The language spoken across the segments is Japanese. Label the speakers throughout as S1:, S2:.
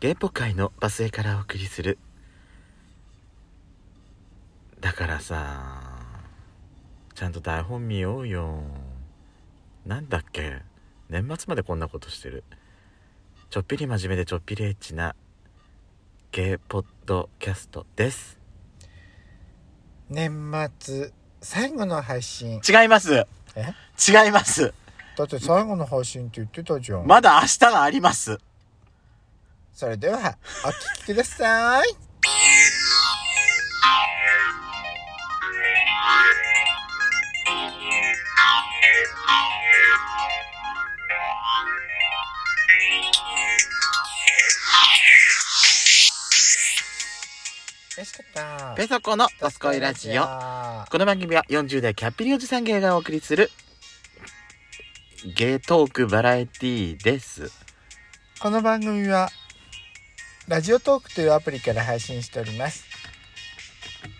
S1: 連邦会のバスへからお送りするだからさちゃんと台本見ようよなんだっけ年末までこんなことしてるちょっぴり真面目でちょっぴりエッチなゲイポッドキャストです
S2: 年末最後の配信
S1: 違います
S2: え
S1: 違います
S2: だって最後の配信って言ってたじゃん、
S1: まだ明日があります
S2: それではお聴きください嬉しかった
S1: ペソコのドスコイラジオ
S2: は
S1: この番組は40代キャッピリおじさん芸がお送りするゲイトークバラエティーです
S2: この番組はラジオトークというアプリから配信しております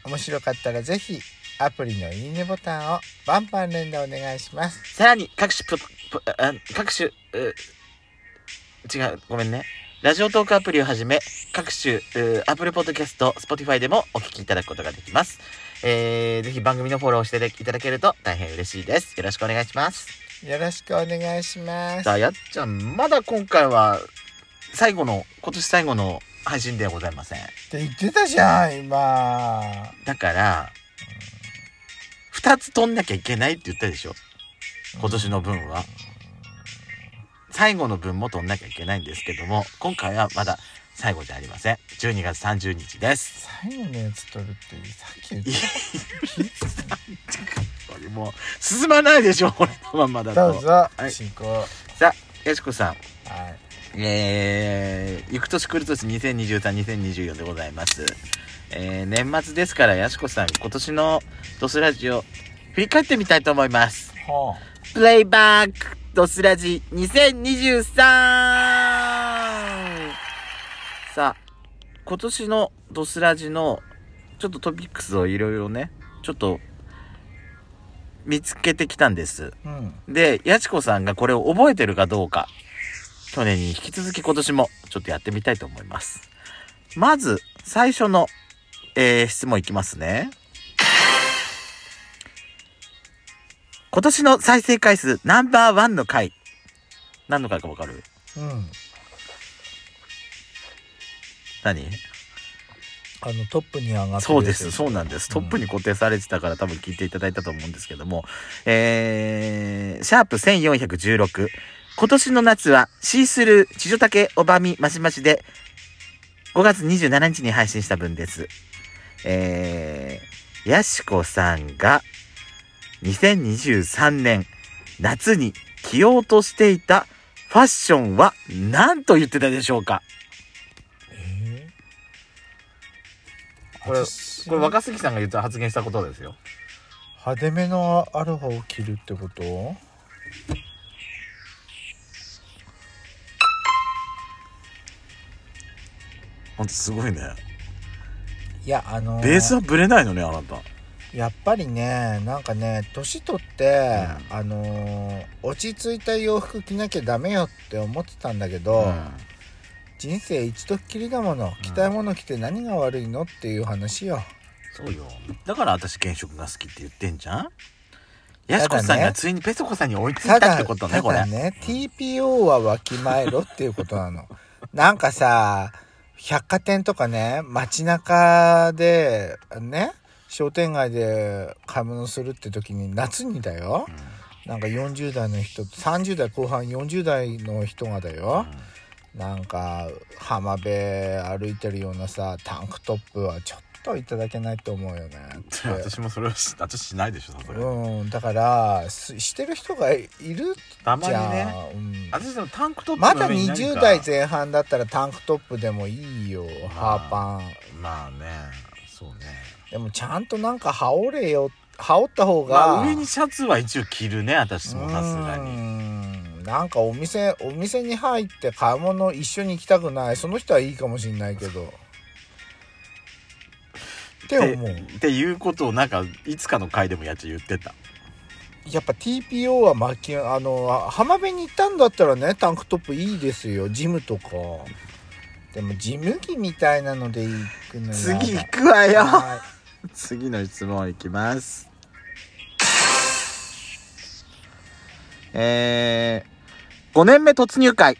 S2: 面白かったらぜひアプリのいいねボタンをバンバン連打お願いします
S1: さらに各種ププあ各種う違うごめんねラジオトークアプリをはじめ各種う Apple Podcast、Spotify でもお聞きいただくことができます、えー、ぜひ番組のフォローをしていただけると大変嬉しいですよろしくお願いします
S2: よろしくお願いします
S1: さあやっちゃんまだ今回は最後の今年最後の配信ではございません
S2: って言ってたじゃん今
S1: だから2つ取んなきゃいけないって言ったでしょ今年の分は最後の分も取んなきゃいけないんですけども今回はまだ最後じゃありません12月30日です
S2: 最後のやつ撮るってさっき言って
S1: これもう進まないでしょこれのまんまだ
S2: たどう
S1: と
S2: ぞ、
S1: はい
S2: 進行は
S1: さあやしこさん
S2: い
S1: えー、行く年来る年2023-2024でございます。えー、年末ですから、やしこさん、今年のドスラジオ、振り返ってみたいと思います。
S2: ほ
S1: プレイバックドスラジ 2023! さあ、今年のドスラジの、ちょっとトピックスをいろいろね、ちょっと、見つけてきたんです。
S2: ううん
S1: で、やちこさんがこれを覚えてるかどうか、去年に引き続き今年もちょっとやってみたいと思います。まず、最初の、えー質問いきますね。今年の再生回数ナンバーワンの回。何の回かわかる
S2: うん
S1: 何
S2: あのトップに上がってる
S1: そうです、そうなんです。トップに固定されてたから多分聞いていただいたと思うんですけども、えー、シャープ1416。今年の夏はシースルー、地上竹、おばみ、ましましで、5月27日に配信した分です。えー、やしこさんが、2023年、夏に着ようとしていたファッションは何と言ってたでしょうか
S2: えー
S1: これ
S2: 私
S1: 杉さんが言った発言したことですよ。
S2: 派手めのアロハを着るってこと
S1: ほんとすごいね。
S2: いやあの
S1: ベースはブレないのね、あなた。
S2: やっぱりねなんかね年取って、あのー落ち着いた洋服着なきゃダメよって思ってたんだけど、人生一度きりだもの着たいもの着て何が悪いのっていう話よ
S1: そうよだから私現職が好きって言ってんじゃんやしこさんがついにペソコさんに追いついたってことね
S2: た
S1: これ
S2: だね TPO はわきまえろっていうことなの なんかさ百貨店とかね街中でね商店街で買い物するって時に夏にだよ、なんか40代の人30代後半40代の人がだよ、なんか浜辺歩いてるようなさタンクトップはちょっといただけないと思うよねって
S1: 私もそれはし私しないでしょさすがに
S2: うんだからすしてる人がいる
S1: たま
S2: じ
S1: に
S2: ゃん、
S1: ね
S2: うん
S1: 私でもタンクトップ
S2: ま
S1: の上
S2: だ
S1: に何か
S2: 20代前半だったらタンクトップでもいいよハーパン
S1: まあねそうね
S2: でもちゃんとなんか羽織れよ羽織った方が、
S1: まあ上にシャツは一応着るね私もさすが
S2: うー
S1: に
S2: んなんかお店お店に入って買い物一緒に行きたくないその人はいいかもしんないけどって
S1: で
S2: 思う
S1: っていうことをなんかいつかの回でもやっちゃ言ってた
S2: やっぱ TPO は巻きあの浜辺に行ったんだったらねタンクトップいいですよジムとかでも事務機みたいなので行くのよ
S1: 次行くわよ
S2: は
S1: 次の質問いきますえー、5年目突入会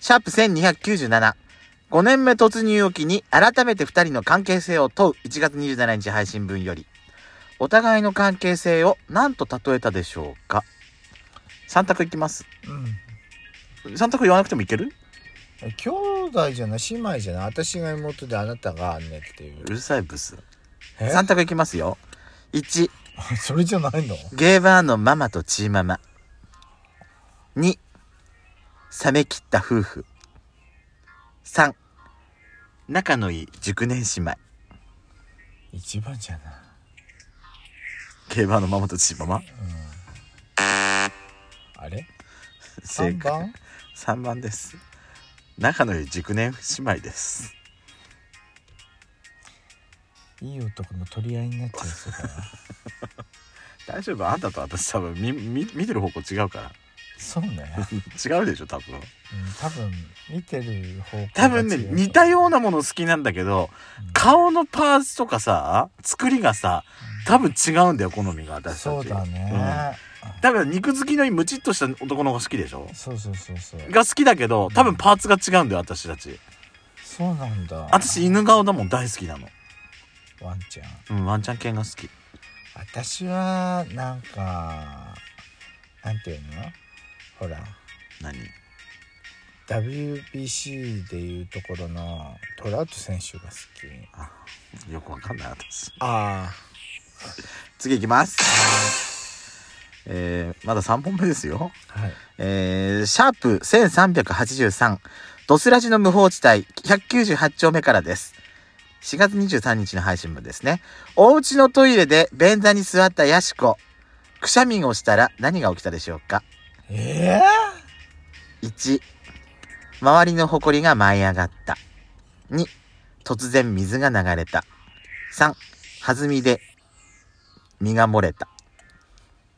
S1: シャープ1297 5年目突入を機に改めて2人の関係性を問う1月27日配信分よりお互いの関係性を何と例えたでしょうか3択いきます
S2: いうん
S1: 3択言わなくてもいける
S2: 兄弟じゃない姉妹じゃない私が妹であなたが姉っていう
S1: うるさいブス
S2: え
S1: 3択いきますよ1
S2: それじゃないの
S1: ゲーバーのママとチーママ。2、冷め切った夫婦。3、仲のいい熟年姉妹。
S2: 一番じゃない
S1: ゲーバーのママとチーママ
S2: あれ
S1: 正
S2: 3
S1: 解。
S2: 番
S1: 3番です。仲のいい熟年姉妹です。
S2: いい男の取り合いになっちゃいそうだな
S1: 大丈夫あんたと私多分見、見、見てる方向違うから。
S2: そうね、うん、
S1: 違うでしょ多分。
S2: 多分見てる方向
S1: 多分ね、似たよう
S2: な
S1: なもの好きなんだけど、顔のパーツとかさ、作りがさ、多分違うんだよ、好みが私たち。
S2: そうだね、
S1: うん多分肉好きのムチっとした男の方が好きでしょ
S2: そうそうそうそう
S1: が好きだけど多分パーツが違うんだよ私たち
S2: そうなんだ
S1: 私犬顔だもん大好きなの
S2: ワンちゃん
S1: うんワンちゃん犬が好き
S2: 私はなんかなんていうのほら
S1: 何
S2: WBC でいうところのトラウト選手が好き
S1: よくわかんない私
S2: ああ
S1: 次いきます えー、まだ3本目ですよ
S2: はい
S1: えー、シャープ1383ドスラジの無法地帯198丁目からです4月23日の配信分ですねお家のトイレで便座に座ったヤシコくしゃみをしたら何が起きたでしょうか
S2: ええ
S1: 1周りのほこりが舞い上がった2突然水が流れた3弾みで身が漏れた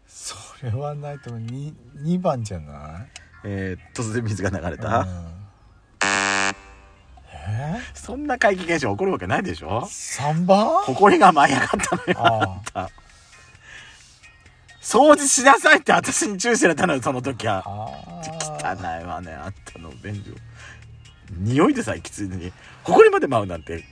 S2: それはないと思う 2, 2番じゃない
S1: えー、突然水が流れ
S2: うんえ
S1: そんな怪奇現象起こるわけないでしょ
S2: 3番
S1: ほこりが舞い上がったのよ
S2: あ
S1: 掃除しなさいって私に注意されたのよその時は
S2: ああ
S1: 汚
S2: あ
S1: いわねあったの便所匂いでさえきついのにほこりまで舞うなんて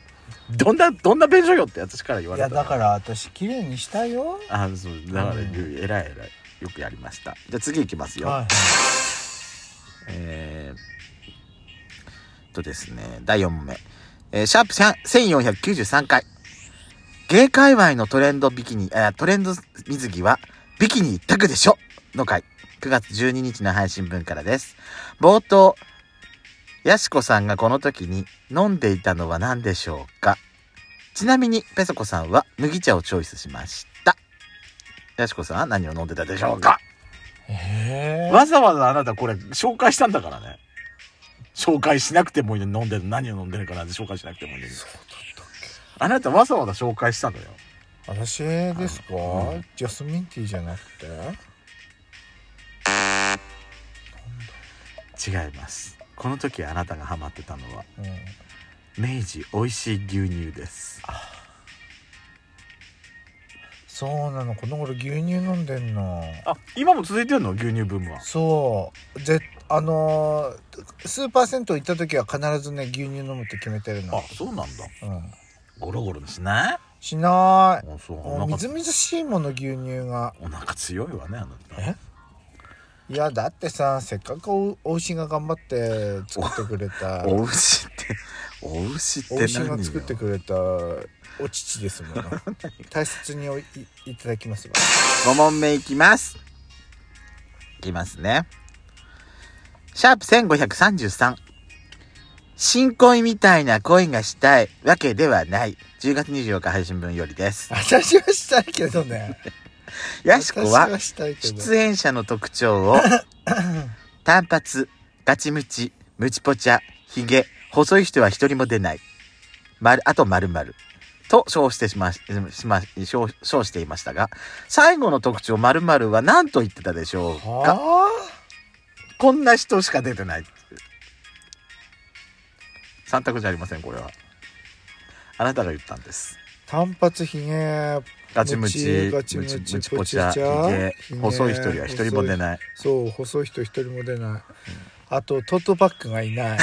S1: どんなどんな便所よって私から言わ
S2: い
S1: れたの
S2: やだから私綺麗にしたよ
S1: あそうだから、
S2: うん
S1: 偉い偉いよくやりましたじゃあ次いきますよ、
S2: はい
S1: えー、っとですね第4問目、えーシャープ1493回芸界隈のトレンドビキニあトレンド水着はビキニ一択でしょの回9月12日の配信分からです冒頭やしこさんがこの時に飲んでいたのは何でしょうかちなみにペソコさんは麦茶をチョイスしましたやしこさんは何を飲んでたでしょうか
S2: ええ
S1: わざわざあなたこれ紹介したんだからね。紹介しなくてもいいのに飲んでる何を飲んでるかなんて紹介しなくてもいいのに。
S2: そうだったっ
S1: あなたわざわざ紹介したんだよ。
S2: け私ですか
S1: うん
S2: ジャスミンティーじゃなくて
S1: 違います。この時あなたがハマってたのは、
S2: うん
S1: 明治美味しい牛乳です。
S2: そうなのこの頃牛乳飲んでんの
S1: あ、今も続いてるの牛乳ブームは。
S2: そうぜあのースーパー銭湯行った時は必ずね牛乳飲むって決めてるの
S1: あ、そうなんだ。
S2: うん
S1: ゴロゴロにしない
S2: しない
S1: あそう。
S2: も
S1: お
S2: うみ
S1: 腹
S2: ず、みずしいもの牛乳が
S1: お腹強いわね、あなた。
S2: えいやだってさせっかくおお牛が頑張って作ってくれた
S1: お牛って、お牛って
S2: お
S1: 何
S2: 牛
S1: よ
S2: が作ってくれたお乳ですもの大切においいいただきますわ
S1: 5問目いきます。いきますね。シャープ1533。新恋みたいな恋がしたいわけではない。10月24日配信分よりです。
S2: 私はしたいけどね
S1: やしこ
S2: 私
S1: は
S2: はしたいけど
S1: 出演者の特徴 を単発、ガチムチ、ムチポチャ、ヒゲ、細い人は一人も出ない。まる、あと〇〇。と称してしま、しま、称称していましたが、最後の特徴〇〇は何と言ってたでしょうか
S2: はあ
S1: こんな人しか出てない。三択じゃありません、これは。あなたが言ったんです。
S2: 単髪ひげ
S1: ガチムチ、
S2: ム
S1: ム
S2: チ
S1: チ
S2: ム
S1: ム
S2: チ
S1: チポチャ、
S2: ポ
S1: ヒ
S2: チャヒゲ
S1: ゲ、細い人には一人も出ない。
S2: そう細い人一人も出ない、あとトートバッグがいない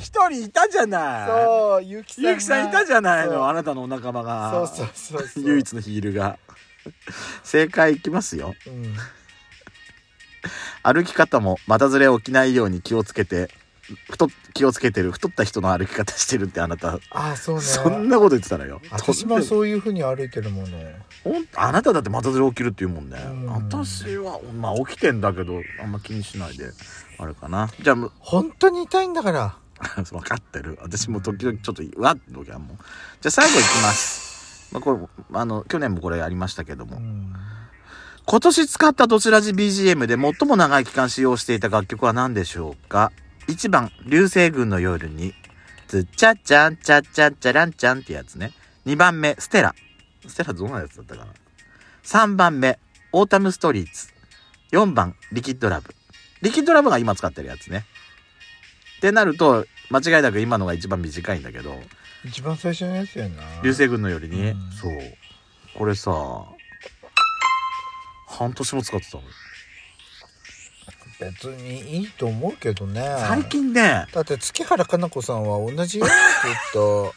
S1: 一人いたじゃない
S2: そうゆきさんが
S1: ゆきさんいたじゃない
S2: そう
S1: の、あなたのお仲間が。
S2: そうそうそうそう
S1: 唯一のヒールが。正解いきますよ。
S2: うん
S1: 歩き方も股ずれ起きないように気をつけて、太っ気をつけてる、太った人の歩き方してるってあなた、
S2: ああそうね
S1: そんなこと言ってたのよ。
S2: 私もそういうふうに歩いてるもの
S1: ほんあなただって股ずれ起きるって言うもんね
S2: うん
S1: 私はまあ起きてんだけどあんま気にしないであれかなじゃあもう
S2: 本当に痛いんだから
S1: 分かってる私も時々ちょっとうわっときはもうじゃあ最後いきます、まあ、これあの去年もこれやりましたけど
S2: う
S1: も
S2: ん
S1: 今年使ったどちらじ BGM で最も長い期間使用していた楽曲は何でしょうか1番「流星群の夜に」ずっちゃっちゃんちゃっちゃんちゃらんちゃんってやつね2番目「ステラ」ステラどんなやつだったかな3番目「オータムストリーツ」4番「リキッドラブ」リキッドラブが今使ってるやつねってなると間違いなく今のが一番短いんだけど
S2: 一番最初のやつやな
S1: 流星群の夜に、
S2: うん
S1: そうこれさ半年も使ってたの
S2: 別にいいと思うけどね
S1: 最近ね
S2: だって月原かな子さんは同じよずっと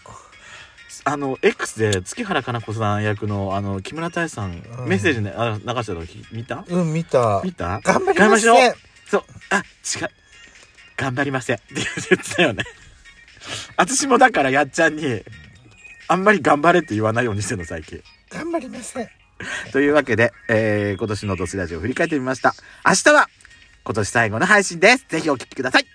S1: あの X で月原加奈子さん役のあの木村多江さん、
S2: うん
S1: メッセージ、ね、あ流してたのき見た
S2: うん見た
S1: 見た
S2: 頑張りましょう
S1: 頑張りそうあ違う頑張りませんって言ってたよね 私もだからやっちゃんにあんまり頑張れって言わないようにしてるの最近
S2: 頑張りません
S1: というわけで、えー今年のドスラジオを振り返ってみました明日は今年最後の配信ですぜひお聴きください